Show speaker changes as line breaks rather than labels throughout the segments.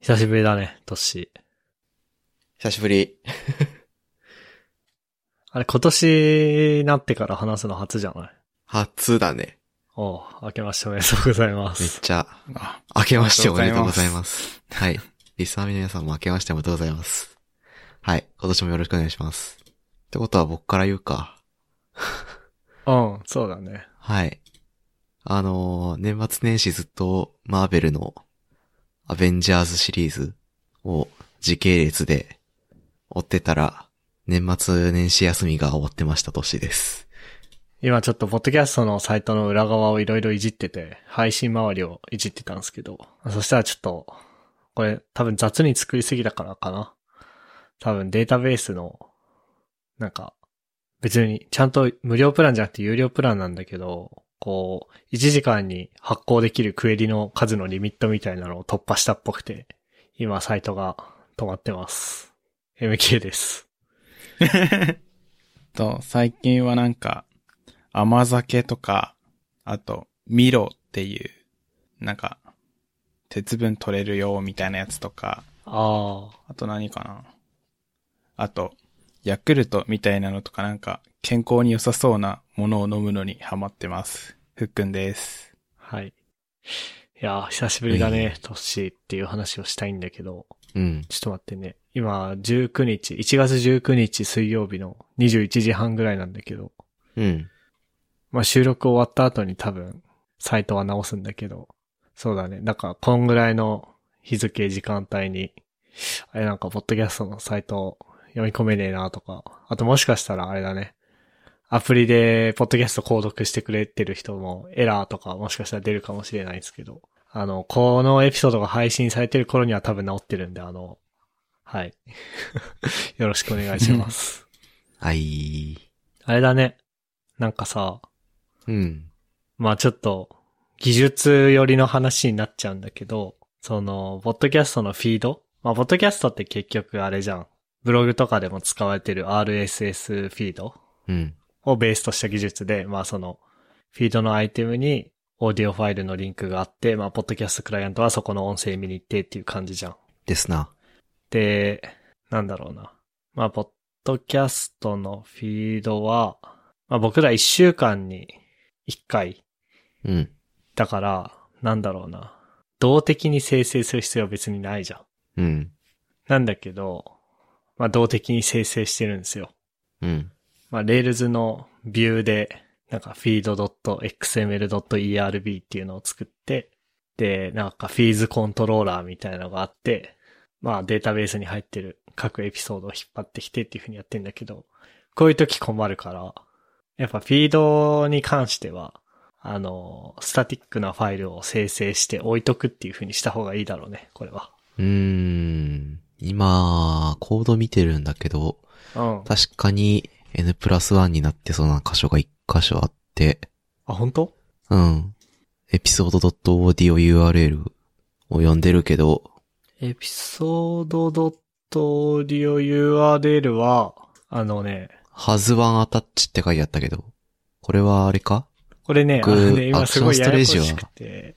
久しぶりだね、トッシー。
久しぶり。
あれ、今年になってから話すの初じゃない
初だね。
おう、明けましておめでとうございま
めっ
す。
ちゃ、
あ
明けましておめでとうございます。はい。リスナーの皆さんも明けましておめでとうございます。はい。今年もよろしくお願いします。ってことは僕から言うか。
うん、そうだね。
はい。あのー年末年始ずっとマーベルのアベンジャーズシリーズを時系列で追ってたら、年末年始休みが終わってました年です。
今ちょっと、ポッドキャストのサイトの裏側をいろいろいじってて、配信周りをいじってたんですけど、そしたらちょっと、これ多分雑に作りすぎたからかな。多分データベースの、なんか、別に、ちゃんと無料プランじゃなくて有料プランなんだけど、こう、1時間に発行できるクエリの数のリミットみたいなのを突破したっぽくて、今サイトが止まってます。MK です。
と、最近はなんか、甘酒とか、あと、ミロっていう、なんか、鉄分取れるよ、みたいなやつとか、
あ
あと何かな。あと、ヤクルトみたいなのとかなんか、健康に良さそうなものを飲むのにハマってます。ふっくん です。
あ、はい。いやー、久しぶりだね、トッシーっていう話をしたいんだけど、
うん。
ちょっと待ってね。今、19日、1月19日水曜日の21時半ぐらいなんだけど、
うん。
まあ、収録終わった後に多分、サイトは直すんだけど、そうだね。なんか、こんぐらいの日付、時間帯に、あれなんか、ポッドキャストのサイト読み込めねえなとか、あともしかしたらあれだね。アプリで、ポッドキャスト購読してくれてる人も、エラーとかもしかしたら出るかもしれないですけど、あの、このエピソードが配信されてる頃には多分直ってるんで、あの、はい。 よろしくお願いします。
はい。
あれだね。なんかさ、
うん。
まあちょっと、技術寄りの話になっちゃうんだけど、その、ポッドキャストのフィードまあ、ポッドキャストって結局あれじゃん。ブログとかでも使われてる RSS フィード
うん。
をベースとした技術で、まあその、フィードのアイテムにオーディオファイルのリンクがあって、まあ、ポッドキャストクライアントはそこの音声見に行ってっていう感じじゃん。
ですな。
で、なんだろうな。まあ、ポッドキャストのフィードは、まあ僕ら一週間に一回
うん。
だから、なんだろうな。動的に生成する必要は別にないじゃん。
うん。
なんだけど、まあ動的に生成してるんですよ。
うん。
まあ Rails のビューで、なんか feed.xml.erb っていうのを作って、で、なんかフィーズコントローラーみたいなのがあって、まあデータベースに入ってる各エピソードを引っ張ってきてっていうふうにやってんだけど、こういう時困るから、やっぱフィードに関しては、あの、スタティックなファイルを生成して置いとくっていう風にした方がいいだろうね、これは。
うーん。今、コード見てるんだけど、
うん。あ、
確かに N プラス1になってそうな箇所が1箇所あって、
本当
うん。エピソード .audio.url を読んでるけど、
エピソード .audio.url は、あのね、
ハズワンアタッチって書いてあったけど、これはあれか
これね、あ
僕
のね今すごいややこ
アクショ
し
ンス
くて、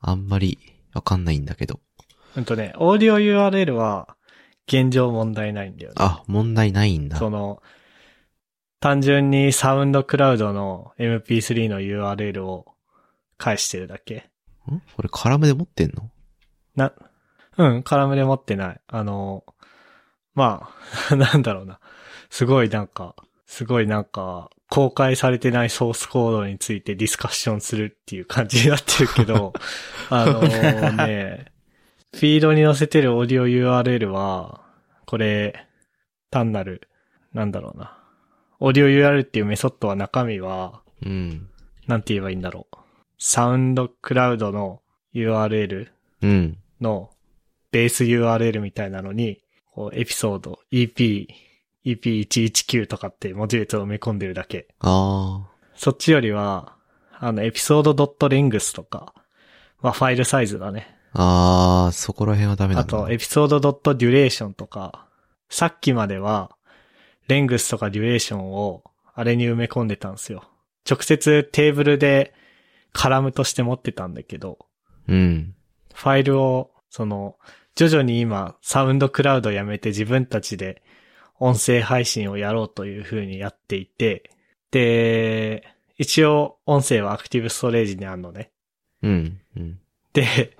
あんまりわかんないんだけど。
うんとね、オーディオ URL は現状問題ないんだよね。
あ、問題ないんだ。
その、単純にサウンドクラウドの MP3 の URL を返してるだけ。
んこれカラムで持ってんの
な、うん、カラムで持ってない。あの、まあ、 なんだろうな。すごいなんか、すごいなんか、公開されてないソースコードについてディスカッションするっていう感じになってるけど、あのね、フィードに載せてるオーディオ URL は、これ、単なる、なんだろうな。オーディオ URL っていうメソッドは中身は、
うん。
なんて言えばいいんだろう。サウンドクラウドの URL
うん。
のベース URL みたいなのに、こうエピソード EP、EP119 とかって文字列を埋め込んでるだけ。
あ
そっちよりは、あの、エピソード .length とか、まあファイルサイズだね。
ー。あー、そこら辺はダメな
あ
んだ。
と、エピソード .duration とか、さっきまでは、レングスとか duration を、あれに埋め込んでたんですよ。直接テーブルで、カラムとして持ってたんだけど、
うん。
ファイルをその、徐々に今、サウンドクラウドやめて自分たちで音声配信をやろうというふうにやっていて、で、一応音声はアクティブストレージにあるのね。
うん。うん。
で、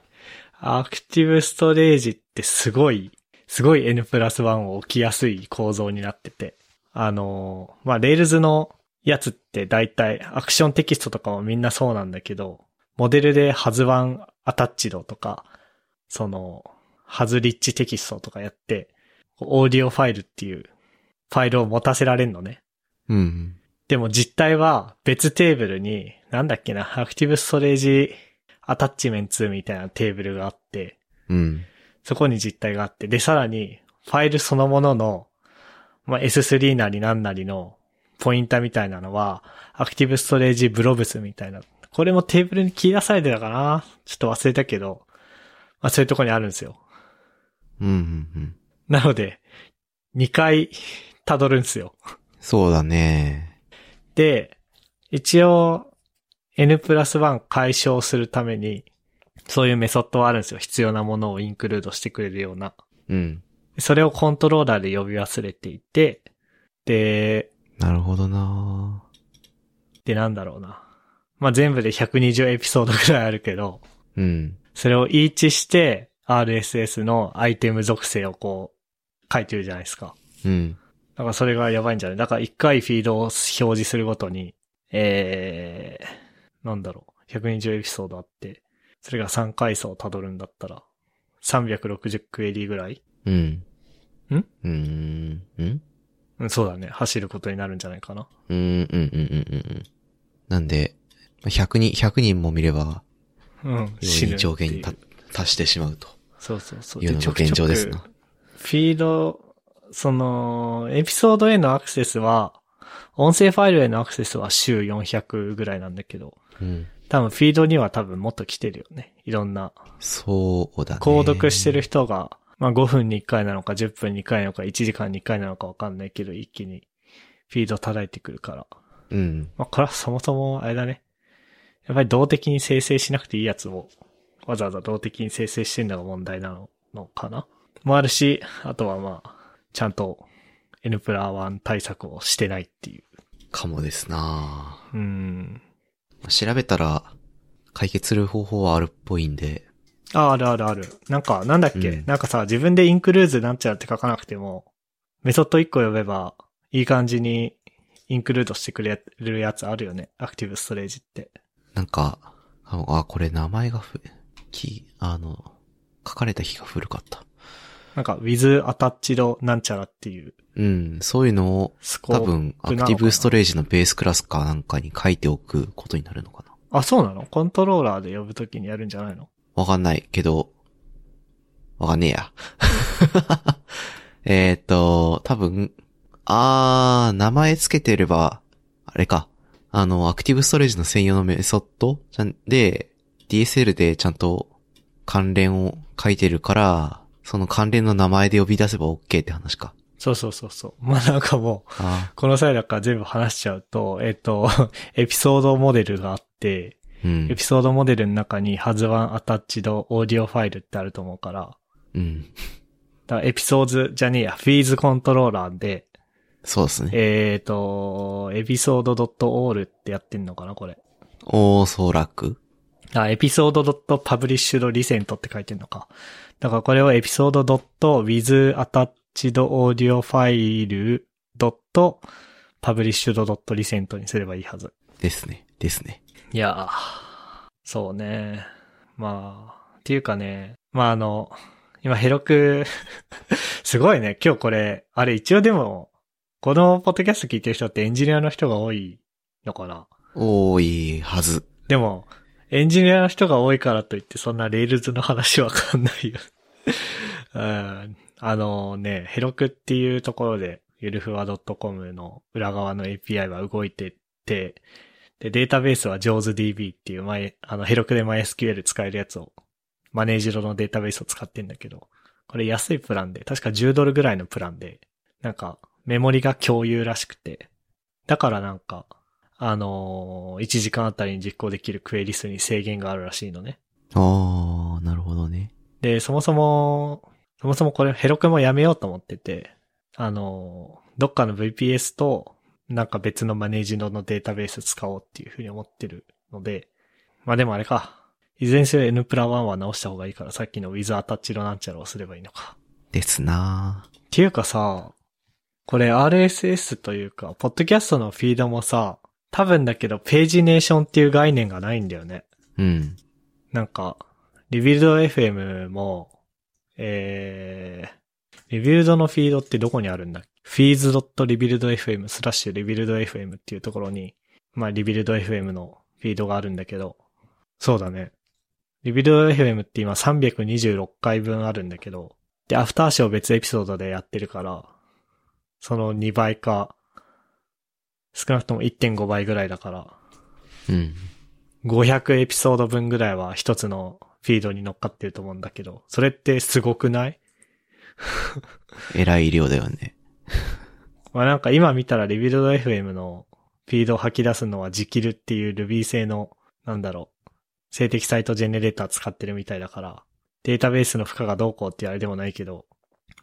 アクティブストレージってすごい、すごい N プラス1を置きやすい構造になってて。あのー、まあ、Rails のやつって大体アクションテキストとかもみんなそうなんだけど、モデルでハズワンアタッチドとか、その、ハズリッチテキストとかやって、オーディオファイルっていうファイルを持たせられんのね。
うん。
でも実態は別テーブルに、なんだっけな、アクティブストレージアタッチメントみたいなテーブルがあって、
うん。
そこに実態があって、で、さらにファイルそのものの、まあ、S3 なりなんなりのポインターみたいなのは、アクティブストレージブロブスみたいな、これもテーブルに切り出されてたかなちょっと忘れたけど、まあ、そういうとこにあるんですよ。
うん。うん。うん。
なので、2回辿るんですよ。
そうだね。
で、一応 N プラス1解消するために、そういうメソッドはあるんですよ。必要なものをインクルードしてくれるような。
うん。
それをコントローラーで呼び忘れていて、で、
なるほどな
でなんだろうな。まあ、全部で120エピソードくらいあるけど、
うん。
それをイーチして RSS のアイテム属性をこう書いてるじゃないですか。
うん。
だからそれがやばいんじゃないだから一回フィードを表示するごとに、えー、なんだろう、120エピソードあって、それが3回層をたどるんだったら、360クエリぐらい
うん。
ん
うーん。うん
うん、そうだね。走ることになるんじゃないかな。
うーん、うん、うん、うん、うんうん。なんで、100人、100人も見れば、
うん、
容易に上限に
た
た達してしまうと。
そうそうそう。
いうのが現状ですな
ちょくちょくフィード、その、エピソードへのアクセスは、音声ファイルへのアクセスは週400ぐらいなんだけど、
うん。
多分フィードには多分もっと来てるよね。いろんな
そうだね。
購読してる人が、まあ5分に1回なのか10分に1回なのか1時間に1回なのかわかんないけど、一気にフィード叩いてくるから。
うん。
まあこれはそもそもあれだね。やっぱり動的に生成しなくていいやつをわざわざ動的に生成してるのが問題なのかなもあるし、あとはまあ、ちゃんと N プラ1対策をしてないっていう。
かもですな
うん。
調べたら、解決する方法はあるっぽいんで。
あ、あるあるある。なんか、なんだっけ、
うん
なんかさ、自分でインクルーズなんちゃらって書かなくても、メソッド1個呼べば、いい感じにインクルードしてくれるやつあるよね。アクティブストレージって。
なんか、あ、あこれ名前がふ、き、あの、書かれた日が古かった。
なんか、with attached なんちゃらっていう
うん、そういうのを、
スコー
多
プ。
分、アクティブストレージのベースクラスかなんかに書いておくことになるのかな。
あ、そうなのコントローラーで呼ぶときにやるんじゃないの
わかんないけど、わかんねえや。 えーっと、多分、あー、名前つけてれば、あれか。あの、アクティブストレージの専用のメソッドじゃんで、DSL でちゃんと関連を書いてるから、その関連の名前で呼び出せば OK って話か。
そうそうそうそう。 まあ、なんかもう、
あ
この際だから全部話しちゃうと、えっ、と、 エピソードモデルがあって、
ーう
エ
ん
ピ。ソードモデルの中に Has1 Attached Audio File ってあると思うから、
うん。
だからエピソードじゃねえや、フィーズコントローラーで、
そうですね。
えっ、と、エピソード .all ってやってんのかな、これ。
おー、そう楽
あ、エピソード .publishedrecent って書いてんのか。だからこれをエピソード .withattachedaudiofile.published.recent にすればいいはず。
ですね。ですね。
いやー、そうね。まあ、っていうかね、まああの、今ヘロク、 すごいね、今日これ、あれ一応でも、このポッドキャスト聞いてる人ってエンジニアの人が多いのかな
多いはず。
でも、エンジニアの人が多いからといってそんなレールズの話わかんないよ。 うん、あのね、ヘロクっていうところで、ゆるふわ .com の裏側の API は動いてて、で、データベースは JawsDB っていう前、あの、ヘロクで MySQL 使えるやつを、マネージロのデータベースを使ってんだけど、これ安いプランで、確か10ドルぐらいのプランで、なんか、メモリが共有らしくて、だからなんか、あのー、1時間あたりに実行できるクエリ数に制限があるらしいのね。
あー、なるほどね。
で、そもそも、そもそもこれヘロクもやめようと思ってて、あの、どっかの VPS と、なんか別のマネージドのデータベース使おうっていうふうに思ってるので、まあでもあれか。いずれにせよ N プラ1は直した方がいいから、さっきの With アタッチのなんちゃらをすればいいのか。
ですなぁ
っていうかさ、これ RSS というか、ポッドキャストのフィードもさ、多分だけどページネーションっていう概念がないんだよね。
うん。
なんか、リビルド FM も、えー、リビルドのフィードってどこにあるんだっけフィーズ .rebuildfm スラッシュリビルド FM っていうところに、まあ、リビルド FM のフィードがあるんだけど、そうだね。リビルド FM って今326回分あるんだけど、で、アフターショー別エピソードでやってるから、その2倍か、少なくとも1.5倍ぐらいだから、
うん。
500エピソード分ぐらいは一つのフィードに乗っかってると思うんだけど、それってすごくない
えらい量だよね。
まあなんか今見たらリビルド FM のフィードを吐き出すのはジキルっていう Ruby 製の、なんだろう、性的サイトジェネレーター使ってるみたいだから、データベースの負荷がどうこうってあれでもないけど、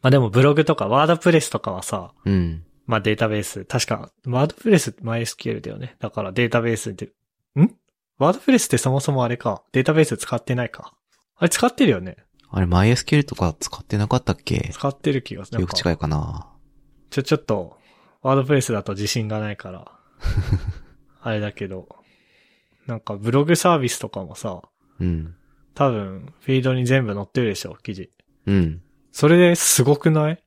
まあでもブログとかワードプレスとかはさ、
うん。
まあデータベース、確か、ワードプレス MySQL だよね。だからデータベースで、んワードプレスってそもそもあれか、データベース使ってないか。あれ使ってるよね。
あれ、MySQL とか使ってなかったっけ
使ってる気がする。な
よ
ん
く
か
違いかな
ちょ、ちょっと、ワードプレスだと自信がない から、あれだけど、なんかブログサービスとかもさ、
うん。
多分、フィードに全部載ってるでしょ、記事。
うん。
それですごくないっ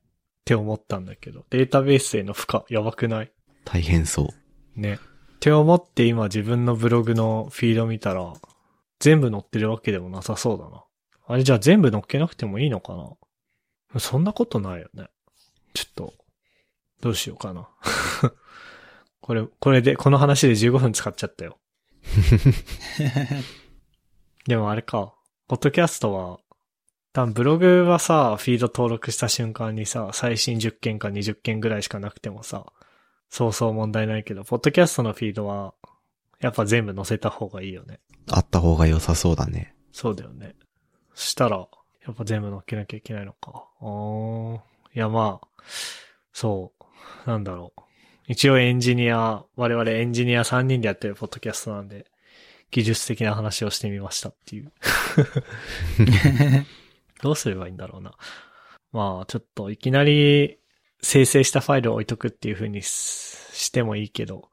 て思ったんだけど、データベースへの負荷、やばくない
大変そう。
ね。って思って今自分のブログのフィード見たら、全部載ってるわけでもなさそうだな。あれじゃあ全部載っけなくてもいいのかなそんなことないよね。ちょっと、どうしようかな。 これ、これで、この話で15分使っちゃったよ。 でもあれか、ポッドキャストは、多分ブログはさ、フィード登録した瞬間にさ、最新10件か20件ぐらいしかなくてもさ、そうそう問題ないけど、ポッドキャストのフィードは、やっぱ全部載せた方がいいよね。
あった方が良さそうだね。
そうだよね。そしたら、やっぱ全部載っけなきゃいけないのか。あー。いや、まあ、そう。なんだろう。一応エンジニア、我々エンジニア3人でやってるポッドキャストなんで、技術的な話をしてみましたっていう。どうすればいいんだろうな。まあ、ちょっといきなり生成したファイルを置いとくっていう風にすしてもいいけど、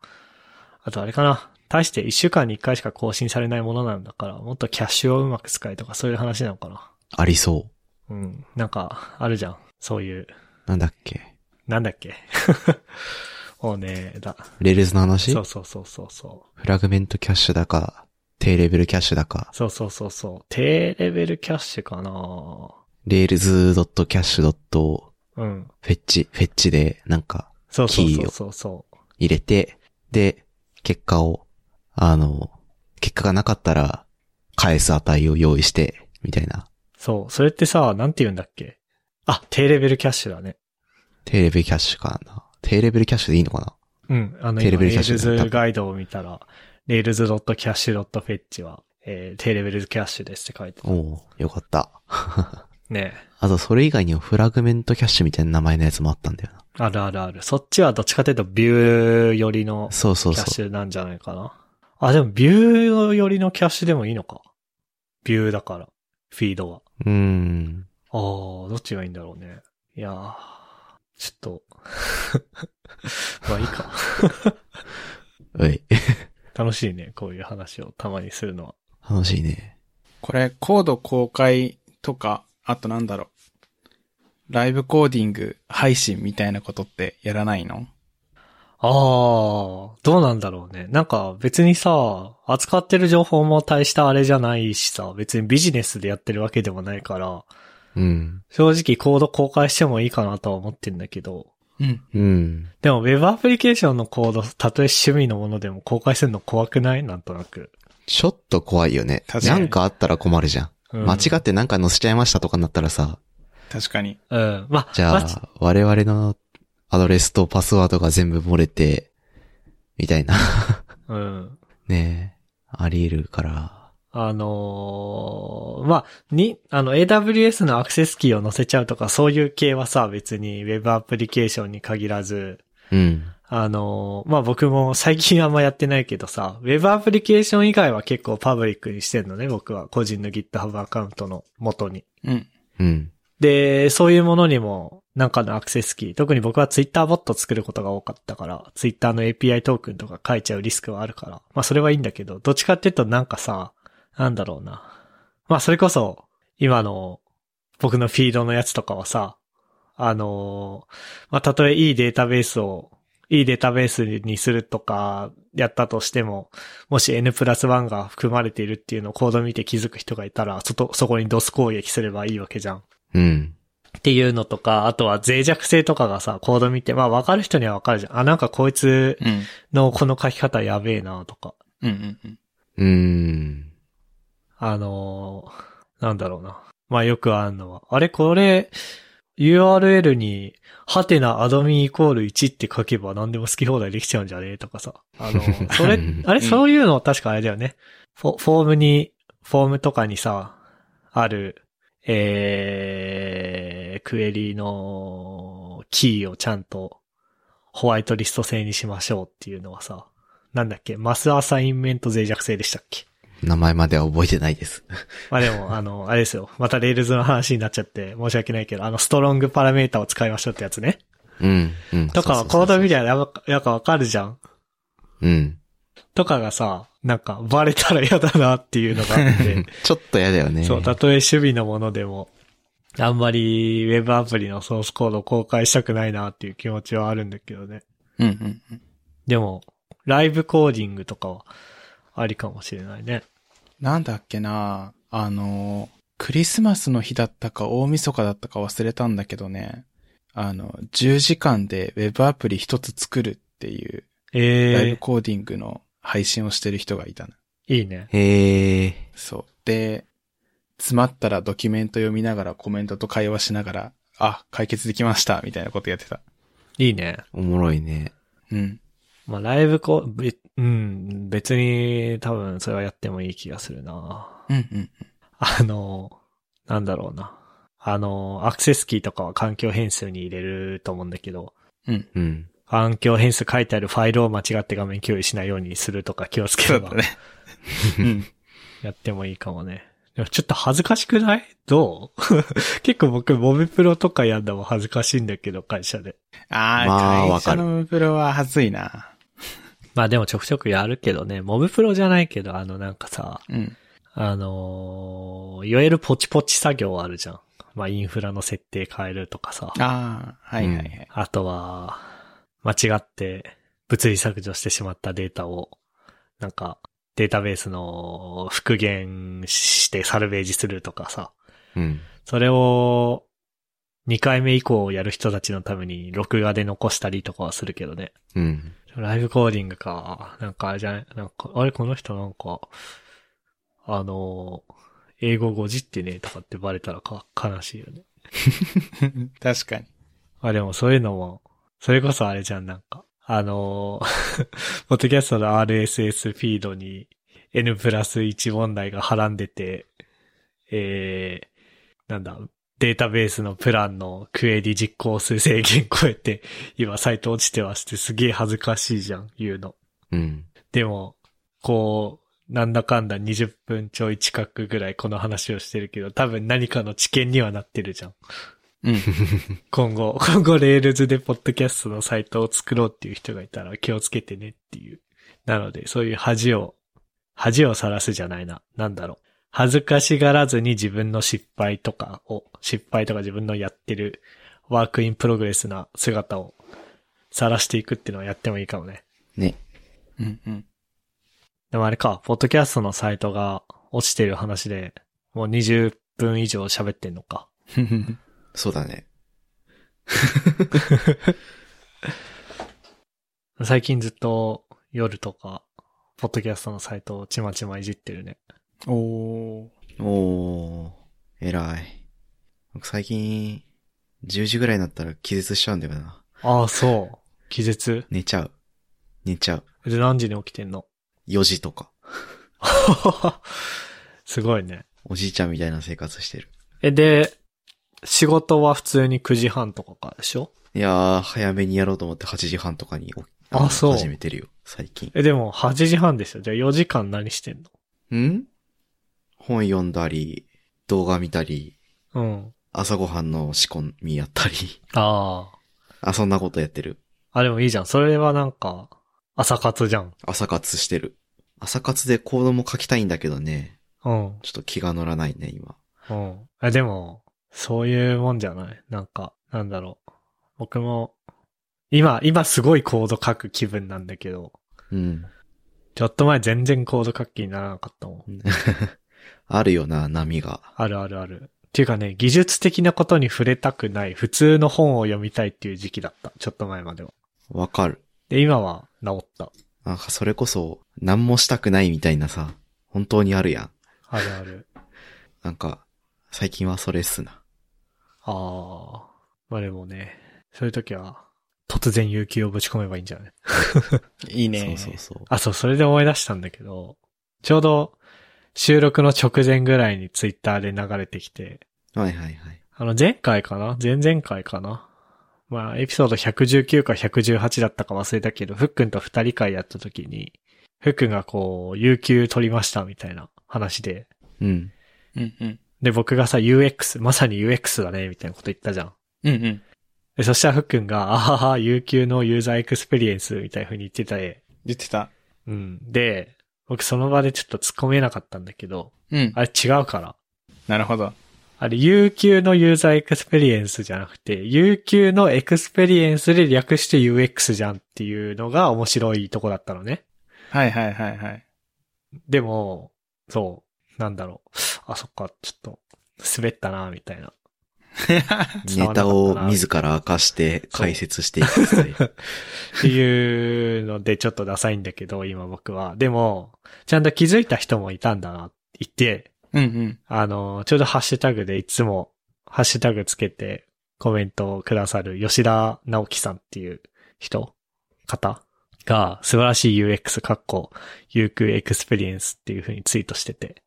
あとあれかな。対して1週間に1回しか更新されないものなんだから、もっとキャッシュをうまく使いとかそういう話なのかな。
ありそ
うん。なんか、あるじゃん。そういう、
う。なんだっけ
なんだっけ。 もうね、だ。
レールズの話
そうそうそうそうそう。
フラグメントキャッシュだか、低レベルキャッシュだか、
そうそうそうそう。低レベルキャッシュかな
レールズドットキャッシュドット
うん。
フェッチ、フェッチでなんか
そうそう
キ
そ
ー
う
を
そうそう。
入れて、で、結果を、あの、結果がなかったら、返す値を用意して、みたいな。
そう。それってさ、なんて言うんだっけあ、低レベルキャッシュだね。
低レベルキャッシュかな。低レベルキャッシュでいいのかな
うん。あの、
低レ
今、
ベ
レ
ルキャッシ
ー
ュ
ル
だ
ズガイドを見たら、レールズ .cash.fetch は、えー、低レベルキャッシュですって書いてた。
おおよかった。
ねえ
あと、それ以外にもフラグメントキャッシュみたいな名前のやつもあったんだよな。
あるあるある。そっちはどっちかというと、ビュー寄りの
そうそ
キ
う
ャッ
そ
シュなんじゃないかな。あ、でも、ビュー寄りのキャッシュでもいいのか。ビューだから、フィードは。
う。うーん。
あー、どっちがいいんだろうね。いやー、ちょっと、 まあいいか。
おい。
楽しいね、こういう話をたまにするのは。
楽しいね。
これ、コード公開とか、あとなんだろう。ライブコーディング配信みたいなことってやらないの
ああ、どうなんだろうね。なんか別にさ、扱ってる情報も大したあれじゃないしさ、別にビジネスでやってるわけでもないから、
うん。
正直コード公開してもいいかなとは思ってんだけど、
うん。
うん。
でも Web アプリケーションのコード、たとえ趣味のものでも公開するの怖くないなんとなく。
ちょっと怖いよね。
確か
な
に
んかあったら困るじゃん。
うん
間違ってなんか載せちゃいましたとかになったらさ、
確かに。
うん。まあ、
じゃ
まあ
あ、我々のアドレスとパスワードが全部漏れて、みたいな。
うん。
ねえ、あり得るから。
あのーまあ、に、あの AWS のアクセスキーを載せちゃうとかそういう系はさ、別に Web アプリケーションに限らず、
うん。
あのーまあ、僕も最近あんまやってないけどさ、Web アプリケーション以外は結構パブリックにしてんのね、僕は。個人の GitHub アカウントの元に。
うん。
うん。
で、そういうものにも、なんかのアクセスキー、特に僕は Twitter ボット作ることが多かったから、Twitter の API トークンとか書いちゃうリスクはあるから、まあそれはいいんだけど、どっちかっていうとなんかさ、なんだろうな。まあそれこそ、今の僕のフィードのやつとかはさ、あのーまあたとえいいデータベースを、いいデータベースにするとか、やったとしても、もし N プラス1が含まれているっていうのをコード見て気づく人がいたら、そと、そこに DOS 攻撃すればいいわけじゃん。
うん。
っていうのとか、あとは脆弱性とかがさ、コード見て、まあ分かる人には分かるじゃん。あ、なんかこいつ
うん。
のこの書き方やべえなとか。
うんうん
う
うん。
ん。
あのーなんだろうな。まあよくあるのは、あれこれ、URL に、ハテナアドミンイコール1って書けば何でも好き放題できちゃうんじゃねえとかさ。あの ーそれ、あれ
うん
そういうの確かあれだよね。フォフォームに、フォームとかにさ、ある、えー、クエリのキーをちゃんとホワイトリスト制にしましょうっていうのはさ、なんだっけ、マスアサインメント脆弱性でしたっけ
名前までは覚えてないです。
まあでも、あの、あれですよ。またレールズの話になっちゃって、申し訳ないけど、あの、ストロングパラメータを使いましょうってやつね。
うん。うん。
とか、コード見りゃやばやかわかるじゃん。
うん。
とかがさ、なんか、バレたら嫌だなっていうのがあ って、
ちょっと嫌だよね。
そう、たとえ守備のものでも、あんまりウェブアプリのソースコードを公開したくないなっていう気持ちはあるんだけどね。
うんうんうん。
でも、ライブコーディングとかは、ありかもしれないね。
なんだっけなあの、クリスマスの日だったか大晦日だったか忘れたんだけどね。あの、10時間でウェブアプリ一つ作るっていう、ライ
え
ブコーディングの配信をしてる人がいたの。
えいいね。
へえ。
そう。で、詰まったらドキュメント読みながらコメントと会話しながら、あ、解決できました、みたいなことやってた。
いいね。
おもろいね。
うん。
まあ、ライブこう、べ、うん、別に多分それはやってもいい気がするな。
うんうん。
あの、なんだろうな。あの、アクセスキーとかは環境変数に入れると思うんだけど、
うん。
環境変数書いてあるファイルを間違って画面共有しないようにするとか気をつけ
そ
れ
うだ
ば
ね。うん。
やってもいいかもね。でもちょっと恥ずかしくないどう 結構僕、モビプロとかやんだも恥ずかしいんだけど、会社で。
あ ー、
まあ
会社のムプロは恥ずいな。
まあでもちょくちょくやるけどね、モビプロじゃないけど、あのなんかさ、
うん。
あのーいわゆるポチポチ作業あるじゃん。まあ、インフラの設定変えるとかさ。あ
ああ、はいはいはい。
とは、間違って物理削除してしまったデータを、なんか、データベースの復元してサルベージするとかさ。
うん。
それを、2回目以降やる人たちのために録画で残したりとかはするけどね。
うん。
ライブコーディングか。なんかあれじゃないなんか、あれこの人なんか、あの、英語語じってねとかってバレたらか、悲しいよね。
確かに。
あ、でもそういうのも、それこそあれじゃん、なんか。あの、 ポッドキャストの RSS フィードに N プラス1問題がはらんでて、えー、なんだ、データベースのプランのクエリ実行数制限超えて、今サイト落ちてましてすげえ恥ずかしいじゃん、言うの。
うん。
でも、こう、なんだかんだ20分ちょい近くぐらいこの話をしてるけど、多分何かの知見にはなってるじゃん。
うん。
今後、 今後レールズでポッドキャストのサイトを作ろうっていう人がいたら気をつけてねっていう。なので、そういう恥を、恥をさらすじゃないな。なんだろう。恥ずかしがらずに自分の失敗とかを、失敗とか自分のやってるワークインプログレスな姿をさらしていくっていうのはやってもいいかもね。
ね。
うんうん。
でもあれか、ポッドキャストのサイトが落ちてる話で、もう20分以上喋ってんのか。
そうだね。
最近ずっと夜とか、ポッドキャストのサイトをちまちまいじってるね。
おー。
おー。偉い。僕最近、10時ぐらいになったら気絶しちゃうんだよな。
ああ、そう。 気絶
寝ちゃう。寝ちゃ う。
で何時に起きてんの
4時とか。
すごいね。
おじいちゃんみたいな生活してる。
え、で、仕事は普通に9時半とかからでしょ
いやー、早めにやろうと思って8時半とかに起き
あ
の
そう
始めてるよ、最近。
え、でも8時半でしょじゃあ4時間何してん
ん本読んだり、動画見たり、
のうん。
朝ごはんの仕込みやったり。
あ
あ、そんなことやってる。
あ。あ、でもいいじゃん。それはなんか、朝活じゃん。
朝活してる。朝活でコードも書きたいんだけどね。
うん。
ちょっと気が乗らないね、今。
うん。え、でも、そういうもんじゃないなんか、なんだろう。僕も、今、今すごいコード書く気分なんだけど、
うん。
ちょっと前全然コード書く気にならなかったもん。
あるよな、波が。
あるあるある。っていうかね、技術的なことに触れたくない、普通の本を読みたいっていう時期だった。ちょっと前までは。
わかる。
で、今は治った。
なんかそれこそ、何もしたくないみたいなさ、本当にあるやん。
あるある。
なんか、最近はそれっすな。
あー。まあでもね、そういう時は、突然有給をぶち込めばいいんじゃない
いいね。
そうそうそう。
あ、そう、それで思い出したんだけど、ちょうど収録の直前ぐらいにツイッターで流れてきて、
はいはいはい。
あの前回かな前々回かなまあエピソード119か118だったか忘れたけど、ふっくんと二人会やった時に、ふっくんがこう、有給取りましたみたいな話で、
うん。
うんうん。
で僕がさ、UX、まさに UX だね、みたいなこと言ったじゃん。
うんうん。
でそしたらふっくんが、あはは、有給のユーザーエクスペリエンスみたいな風に言ってたで、
言ってた。
うん。で、僕その場でちょっと突っ込めなかったんだけど、
うん。
あれ違うから。
なるほど。
あれ、有給のユーザーエクスペリエンスじゃなくて、有給のエクスペリエンスで略して UX じゃんっていうのが面白いとこだったのね。
はいはいはいはい。
でも、そう、なんだろう。あ、そっか、ちょっと、滑ったな、みたいな。
ネタを自ら明かして解説していくスタイル
っていうので、ちょっとダサいんだけど、今僕は。でも、ちゃんと気づいた人もいたんだな、言って、
うんうん。
あの、ちょうどハッシュタグでいつも、ハッシュタグつけてコメントをくださる吉田直樹さんっていう人、方が素晴らしい UX かっこ UQ エクスペリエンスっていう風にツイートしてて。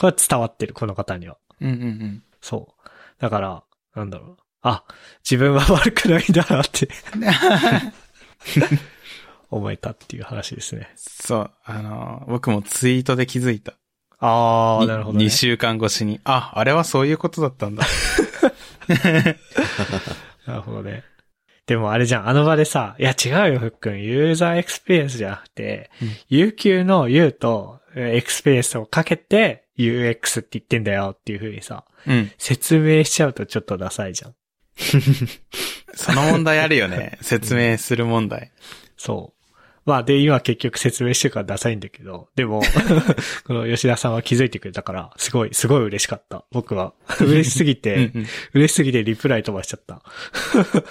これは伝わってる、この方には。
うんうんうん。
そう。だから、なんだろう。あ、自分は悪くないんだなって思えたっていう話ですね。
そう、あの、僕もツイートで気づいた。
あー、
に
なるほど、ね。
2週間越しに。あ、あれはそういうことだったんだ。
なるほどね。でもあれじゃん、あの場でさ、いや違うよ、ふっくん。ユーザーエクスペリエンスじゃなくて、
うん
有給の U とえーエクスペリエンスをかけて UX って言ってんだよっていう風にさ、
うん。
説明しちゃうとちょっとダサいじゃん。
その問題あるよ ね。説明する問題。
そう。まあで、今結局説明してるからダサいんだけど、で も、この吉田さんは気づいてくれたから、すごい、すごい嬉しかった。僕は。嬉しすぎて、
うん
嬉しすぎてリプライ飛ばしちゃった。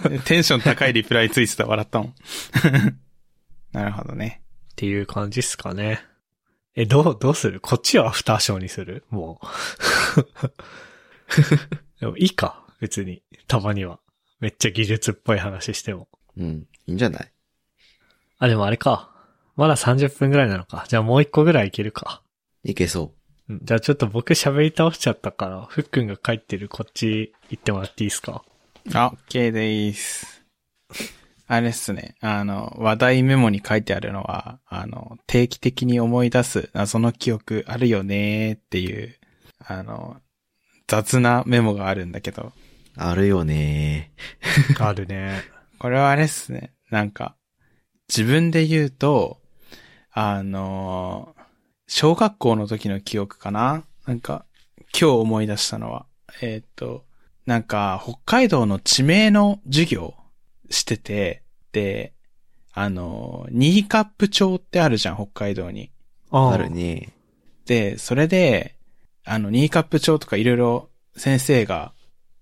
うん。テンション高いリプライツイートた笑ったもん。 なるほどね。
っていう感じっすかね。え、どう、どうするこっちはアフターショーにするもう。 でもいいか別に。たまには。めっちゃ技術っぽい話しても。
うん。いいんじゃない
あ、でもあれか。まだ30分ぐらいなのか。じゃあもう一個ぐらいいけるか。
いけそ
うんじゃあちょっと僕喋り倒しちゃったから、ふっくんが帰ってるこっち行ってもらっていいですか
あ、OK でーす。あれっすね。あの、話題メモに書いてあるのは、あの、定期的に思い出す謎の記憶あるよねーっていう、あの、雑なメモがあるんだけど、
う。あるよね
あるね。
これはあれっすね。なんか、自分で言うと、あのー小学校の時の記憶かななんか、今日思い出したのは、えーっと、なんか、北海道の地名の授業してて、で、あのーニーカップ町ってあるじゃん、北海道に。
あ
ある。ね
で、それで、あの、ニーカップ帳とかいろいろ先生が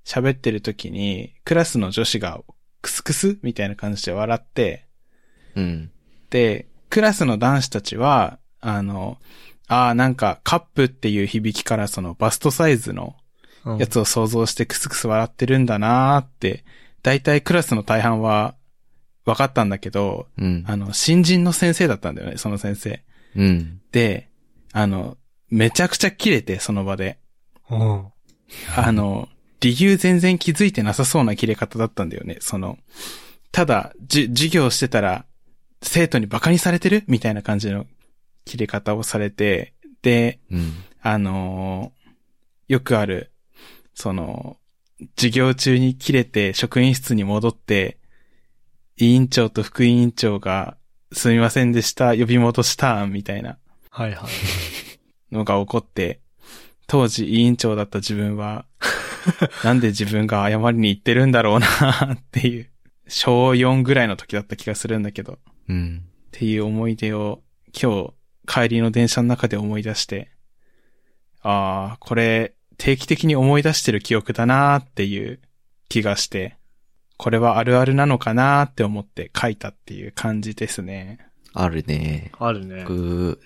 喋ってる時に、クラスの女子がクスクスみたいな感じで笑って、
うん。
で、クラスの男子たちは、あの、ああ、なんかカップっていう響きからそのバストサイズの
うん
やつを想像してクスクス笑ってるんだなーって、大体クラスの大半は分かったんだけど、
うん。
あの、新人の先生だったんだよね、その先生。
うん。
で、あの、めちゃくちゃ切れて、その場で。
うん。
あの、理由全然気づいてなさそうな切れ方だったんだよね。その、ただ、じ、授業してたら、生徒に馬鹿にされてるみたいな感じの切れ方をされて、で、
うん。
あのーよくある、その、授業中に切れて職員室に戻って、委員長と副委員長が、すみませんでした、呼び戻した、みたいな
はいはい。
のが起こって、当時委員長だった自分は、なんで自分が謝りに行ってるんだろうな、っていう、小4ぐらいの時だった気がするんだけど、っ
うん。
ていう思い出を今日帰りの電車の中で思い出して、ああ、これ定期的に思い出してる記憶だなっていう気がして、これはあるあるなのかなって思って書いたっていう感じですね。
あるね。
あるね。
僕、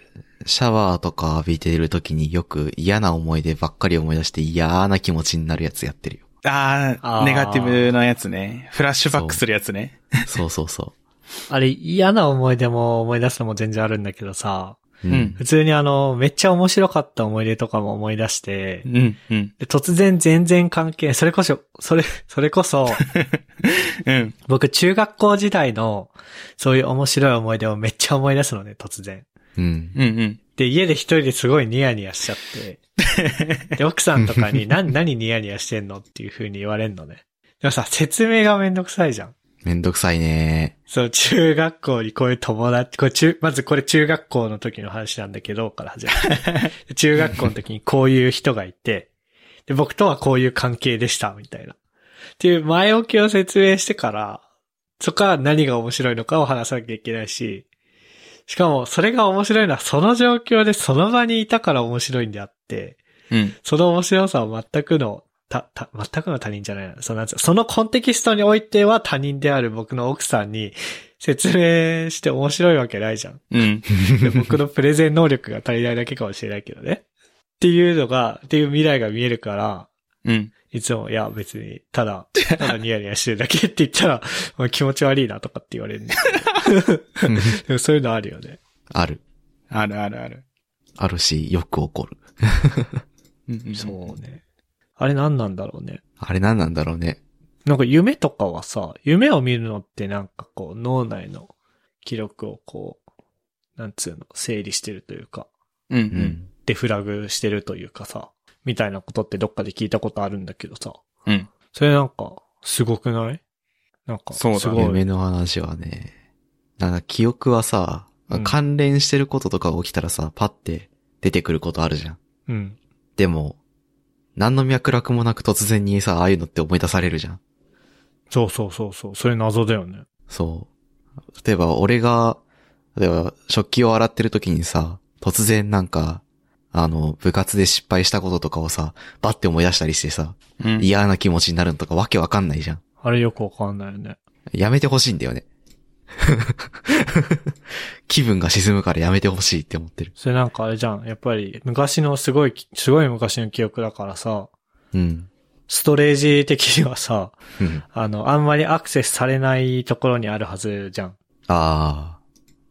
シャワーとか浴びてる時によく嫌な思い出ばっかり思い出して嫌な気持ちになるやつやってるよ。
あ
あ
あ、
ー
ネガティブなやつね。フラッシュバックするやつね。
そうそうそ
あれ、嫌な思い出も思い出すのも全然あるんだけどさ、
う。
うん
普通にあの、めっちゃ面白かった思い出とかも思い出して
う、ん、うん。
で突然全然関係、それこそ、それ、それこ そ、
うん。
僕中学校時代の、そういう面白い思い出をめっちゃ思い出すのね、突然。
うん。
うんうん。
で、家で一人ですごいニヤニヤしちゃ って。で、奥さんとかに、な、何ニヤニヤしてんのっていう風に言われんのね。でもさ、説明がめんどくさいじゃん。
めんどくさいね。
そう、 中学校にこういう友達、これ中、まずこれ中学校の時の話なんだけど、から始まる。 中学校の時にこういう人がいて、で、僕とはこういう関係でした、みたいな。っていう前置きを説明してから、そこから何が面白いのかを話さなきゃいけないし、しかもそれが面白いのはその状況でその場にいたから面白いんであって、
うん。
その面白さは全くの、た、た、全くの他人じゃないな。そのなんつうのそのコンテキストにおいては他人である僕の奥さんに説明して面白いわけないじゃん。
うん。
で僕のプレゼン能力が足りないだけかもしれないけどね。っていうのが、っていう未来が見えるから、
うん。
いつも、いや別に、た だ、ただニヤニヤしてるだけって言ったら、お前気持ち悪いなとかって言われるんだけどでもそういうのあるよね。
ある。
あるあるある。
あるし、よく起こる。
うんうん
そうね。あれ何なんだろうね。
あれ何なんだろうね。
なんか夢とかはさ、夢を見るのってなんかこう脳内の記録をこう、なんつうの、整理してるというか、
うんう。
うんん。
デフラグしてるというかさ、みたいなことってどっかで聞いたことあるんだけどさ、
うん。
それなんかすごくないなんか、す
そうだね
ごい。
夢の話はね。なんか記憶はさ、
うん
関連してることとかが起きたらさ、パって出てくることあるじゃん。
うん。
でも、何の脈絡もなく突然にさ、ああいうのって思い出されるじゃん。
そうそうそうそう。それ謎だよね。
そう。例えば、俺が、例えば、食器を洗ってる時にさ、突然なんか、あの、部活で失敗したこととかをさ、バッて思い出したりしてさ、
うん。
嫌な気持ちになるのとかわけわかんないじゃん。
あれよくわかんないよね。
やめてほしいんだよね。 気分が沈むからやめてほしいって思ってる。
それなんかあれじゃん。やっぱり昔のすごい、すごい昔の記憶だからさ、
うん。
ストレージ的にはさ、
うん
あの、あんまりアクセスされないところにあるはずじゃん。
ああ。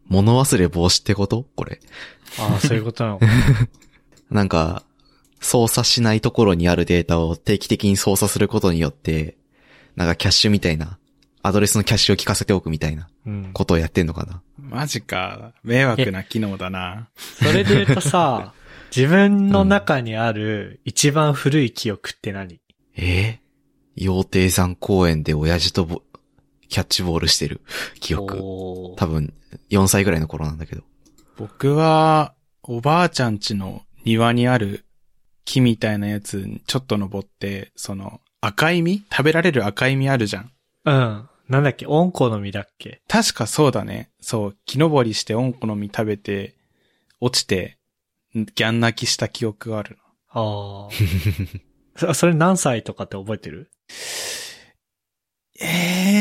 物忘れ防止ってことこれ。
ああ、 そういうことなのか。
なんか、操作しないところにあるデータを定期的に操作することによって、なんかキャッシュみたいな、アドレスのキャッシュを聞かせておくみたいな
うん。
ことをやってんのかな。
マジか。迷惑な機能だな。
それで言うとさ、 自分の中にある一番古い記憶って何、
ええ羊蹄山公園で親父とボキャッチボールしてる記憶。
おー
多分、4歳ぐらいの頃なんだけど。
僕は、おばあちゃん家の庭にある木みたいなやつにちょっと登って、その、赤い実食べられる赤い実あるじゃん。
うん。なんだっけ温子の実だっけ
確かそうだね。そう、木登りしておんこの実食べて、落ちて、ギャン泣きした記憶がある
ああ。 そそれ何歳とかって覚えてる
な。え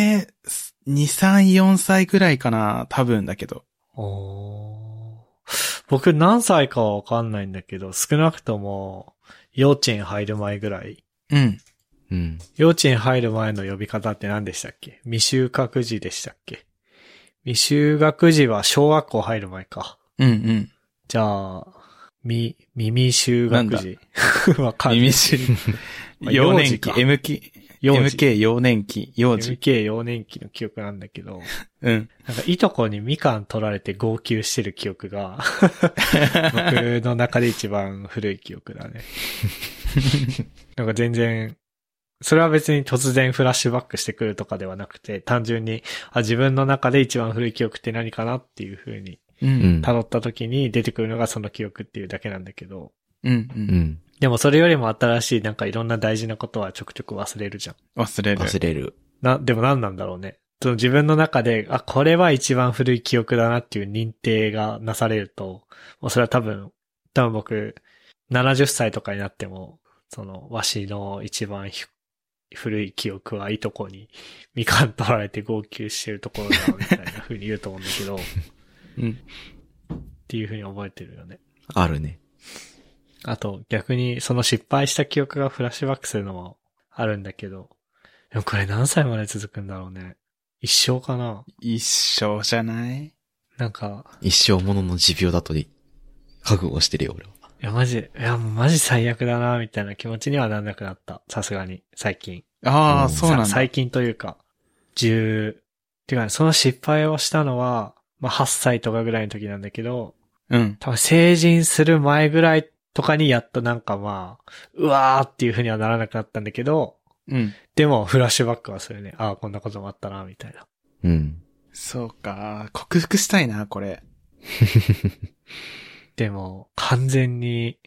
えー、2、3、4歳ぐらいかな。多分だけど。
おー僕何歳かはわかんないんだけど、少なくとも幼稚園入る前ぐらい。
うん。
うん。
幼稚園入る前の呼び方って何でしたっけ未就学児でしたっけ未就学児は小学校入る前か。
うんうん。
じゃあ、み、耳修学時。 わかんない。
耳知り
まあ
幼
幼児
年期、
か
M 期、
幼児
MK 幼年期、幼児。
MK 幼年期の記憶なんだけど、
うん。
なんかいとこにみかん取られて号泣してる記憶が、僕の中で一番古い記憶だね。なんか全然、それは別に突然フラッシュバックしてくるとかではなくて、単純に、あ、自分の中で一番古い記憶って何かなっていう風に、
う。
うんん。
辿った時に出てくるのがその記憶っていうだけなんだけど、
うん。う。
うんん。
でもそれよりも新しいなんかいろんな大事なことはちょくちょく忘れるじゃん。
忘れる。
忘れる。
な、でも何なんだろうね。その自分の中で、あ、これは一番古い記憶だなっていう認定がなされると、もうそれは多分、多分僕、70歳とかになっても、その、わしの一番ひ古い記憶はいとこに、みかん取られて号泣してるところだ、みたいな風に言うと思うんだけど、っ
うん。
ていう風に覚えてるよね。
あるね。
あと、逆に、その失敗した記憶がフラッシュバックするのもあるんだけど、でもこれ何歳まで続くんだろうね。一生かな
一生じゃない
なんか、
一生ものの持病だとい覚悟してるよ、俺は。
いや、マジ、いや、もうマジ最悪だな、みたいな気持ちにはなんなくなった。さすがに、最近。
あ
う
あ、
ん
そうなん
さ
だ。
最近というか、十、ていうかね、その失敗をしたのは、まあ、8歳とかぐらいの時なんだけど、
うん。
多分成人する前ぐらいとかにやっとなんかまあ、うわーっていう風にはならなくなったんだけど、
うん。
でも、フラッシュバックはするね。ああ、こんなこともあったな、みたいな。
うん。
そうか。克服したいな、これ。
でも、完全に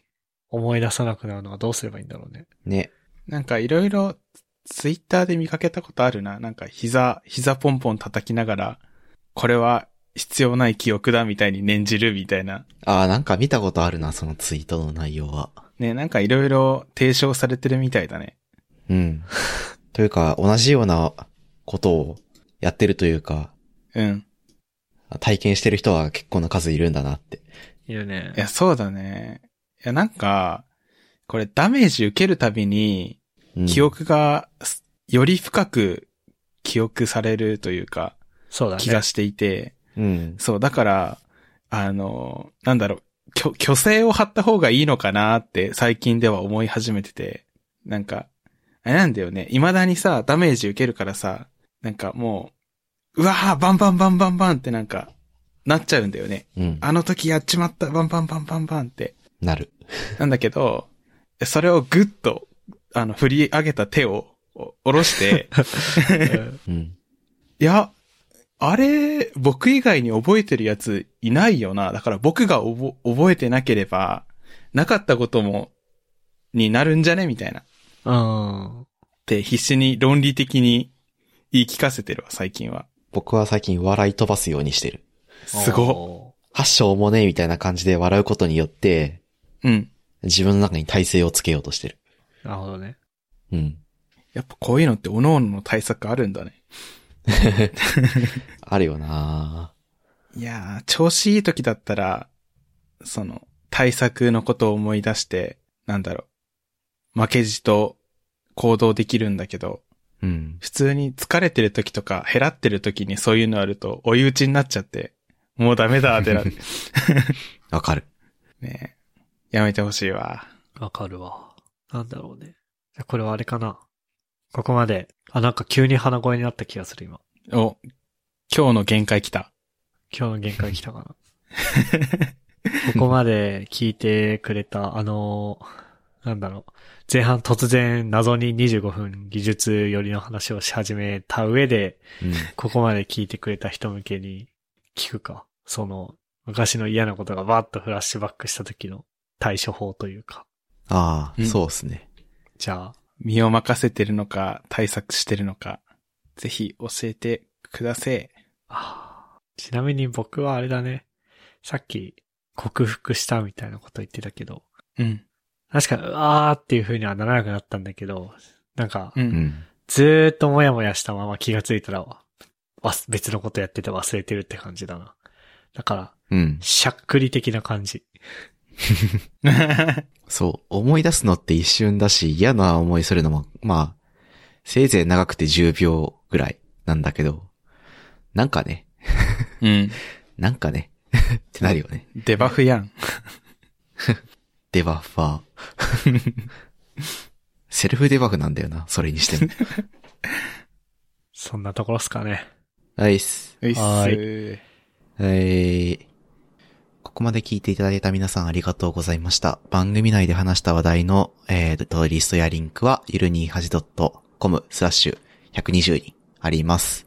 思い出さなくなるのはどうすればいいんだろうね。
ね。
なんかいろいろ、ツイッターで見かけたことあるな。なんか膝、膝ポンポン叩きながら、これは必要ない記憶だみたいに念じるみたいな。
ああ、なんか見たことあるな、そのツイートの内容は。
ね、なんかいろいろ提唱されてるみたいだね。
うん。 というか、同じようなことをやってるというか、
うん。
体験してる人は結構な数いるんだなって。
いるね
いや、そうだね。いや、なんか、これダメージ受けるたび
う
に、
ん
記憶がす、より深く記憶されるというか、
そうだね。
気がしていて、
うん。
そう、だから、あの、なんだろう、虚虚勢を張った方がいいのかなって最近では思い始めてて、なんか、あれなんだよね、未だにさ、ダメージ受けるからさ、なんかもう、うわぁ、バンバンバンバンバンってなんか、なっちゃうんだよね。
うん。
あの時やっちまった、バンバンバンバンバンって。
なる。
なんだけど、それをぐっと、あの、振り上げた手を、お下ろして、
うん
うん。
いや、あれ、僕以外に覚えてるやついないよな。だから僕がおぼ覚えてなければ、なかったことも、になるんじゃねみたいな。っ
うん。
て必死に論理的に言い聞かせてるわ、最近は。
僕は最近笑い飛ばすようにしてる。
すご
お
発祥もね、みたいな感じで笑うことによって、
っ。うん。
自分の中に体勢をつけようとして
ー。
る。
なるほどね。
うん。
やっぱこういうのって各々の対策あるんだね。
あるよない
やー、調子いい時だったら、その、対策のことを思い出して、なんだろう、負けじと行動できるんだけど、
うん。
普通に疲れてる時とか、減らってる時にそういうのあると、追い打ちになっちゃって、もうダメだってなって。
わかる。
ねえやめてほしいわ。
わかるわ。なんだろうね。じゃあこれはあれかな。ここまで。あ、なんか急に鼻声になった気がする、今。
お、今日の限界来た。
今日の限界来た かな。ここまで聞いてくれた、あのーなんだろう。前半突然謎に25分技術寄りの話をし始めた上で、
うん。
ここまで聞いてくれた人向けに聞くか。その、昔の嫌なことがバーッとフラッシュバックした時の対処法というか。
あ
う
あ、
ん
そうっすね。
じゃあ、
身を任せてるのか、対策してるのか、ぜひ教えてください。
あーちなみに僕はあれだね。さっき、克服したみたいなこと言ってたけど、
うん。
確かに、うわーっていう風にはならなくなったんだけど、なんか
う、。
うんん。
ずーっともやもやしたまま気がついたら、わす別のことやってて忘れてるって感じだな。だから、
うん。
しゃっくり的な感じ。
そう。思い出すのって一瞬だし、嫌な思いするのも、まあ、せいぜい長くて10秒ぐらいなんだけど、なんかね、
うん。
なんかね、ってなるよね。
デバフやん。
デバッファー。 セルフデバフなんだよな、それにしても。
そんなところっすかね。
ナイス。
ういっす
は
ー。
はい。ここまで聞いていただいた皆さんありがとうございました。番組内で話した話題の、えーと、リストやリンクは、ゆる 28.com スラッシュ120にあります。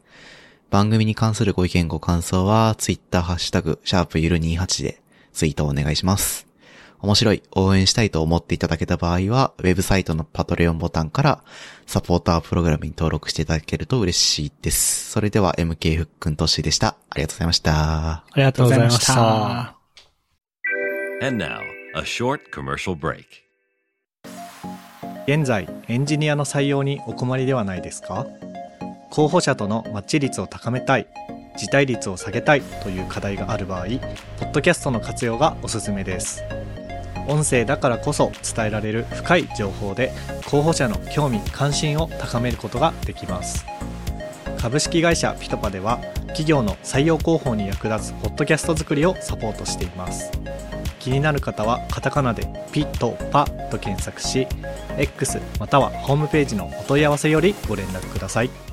番組に関するご意見ご感想は、ツイッターハッシュタグ、シャープゆる28でツイートをお願いします。面白い、応援したいと思っていただけた場合は、ウェブサイトのパトレオンボタンから、サポータープログラムに登録していただけると嬉しいです。それでは、MK ふっくんとっしーでした。ありがとうございました。
ありがとうございまし
ありがとうご
た
ざいまし。た
And now, a short commercial break.
現在エンジニアの採用にお困りではないですか候補者とのマッチ率を高めたい辞退率を下げたいという課題がある場合ポッドキャストの活用がおすすめです音声だからこそ伝えられる深い情報で候補者の興味関心を高めることができます株式会社ピトパでは企業の採用広報に役立つポッドキャスト作りをサポートしています気になる方はカタカナでピトパと検索し X またはホームページのお問い合わせよりご連絡ください。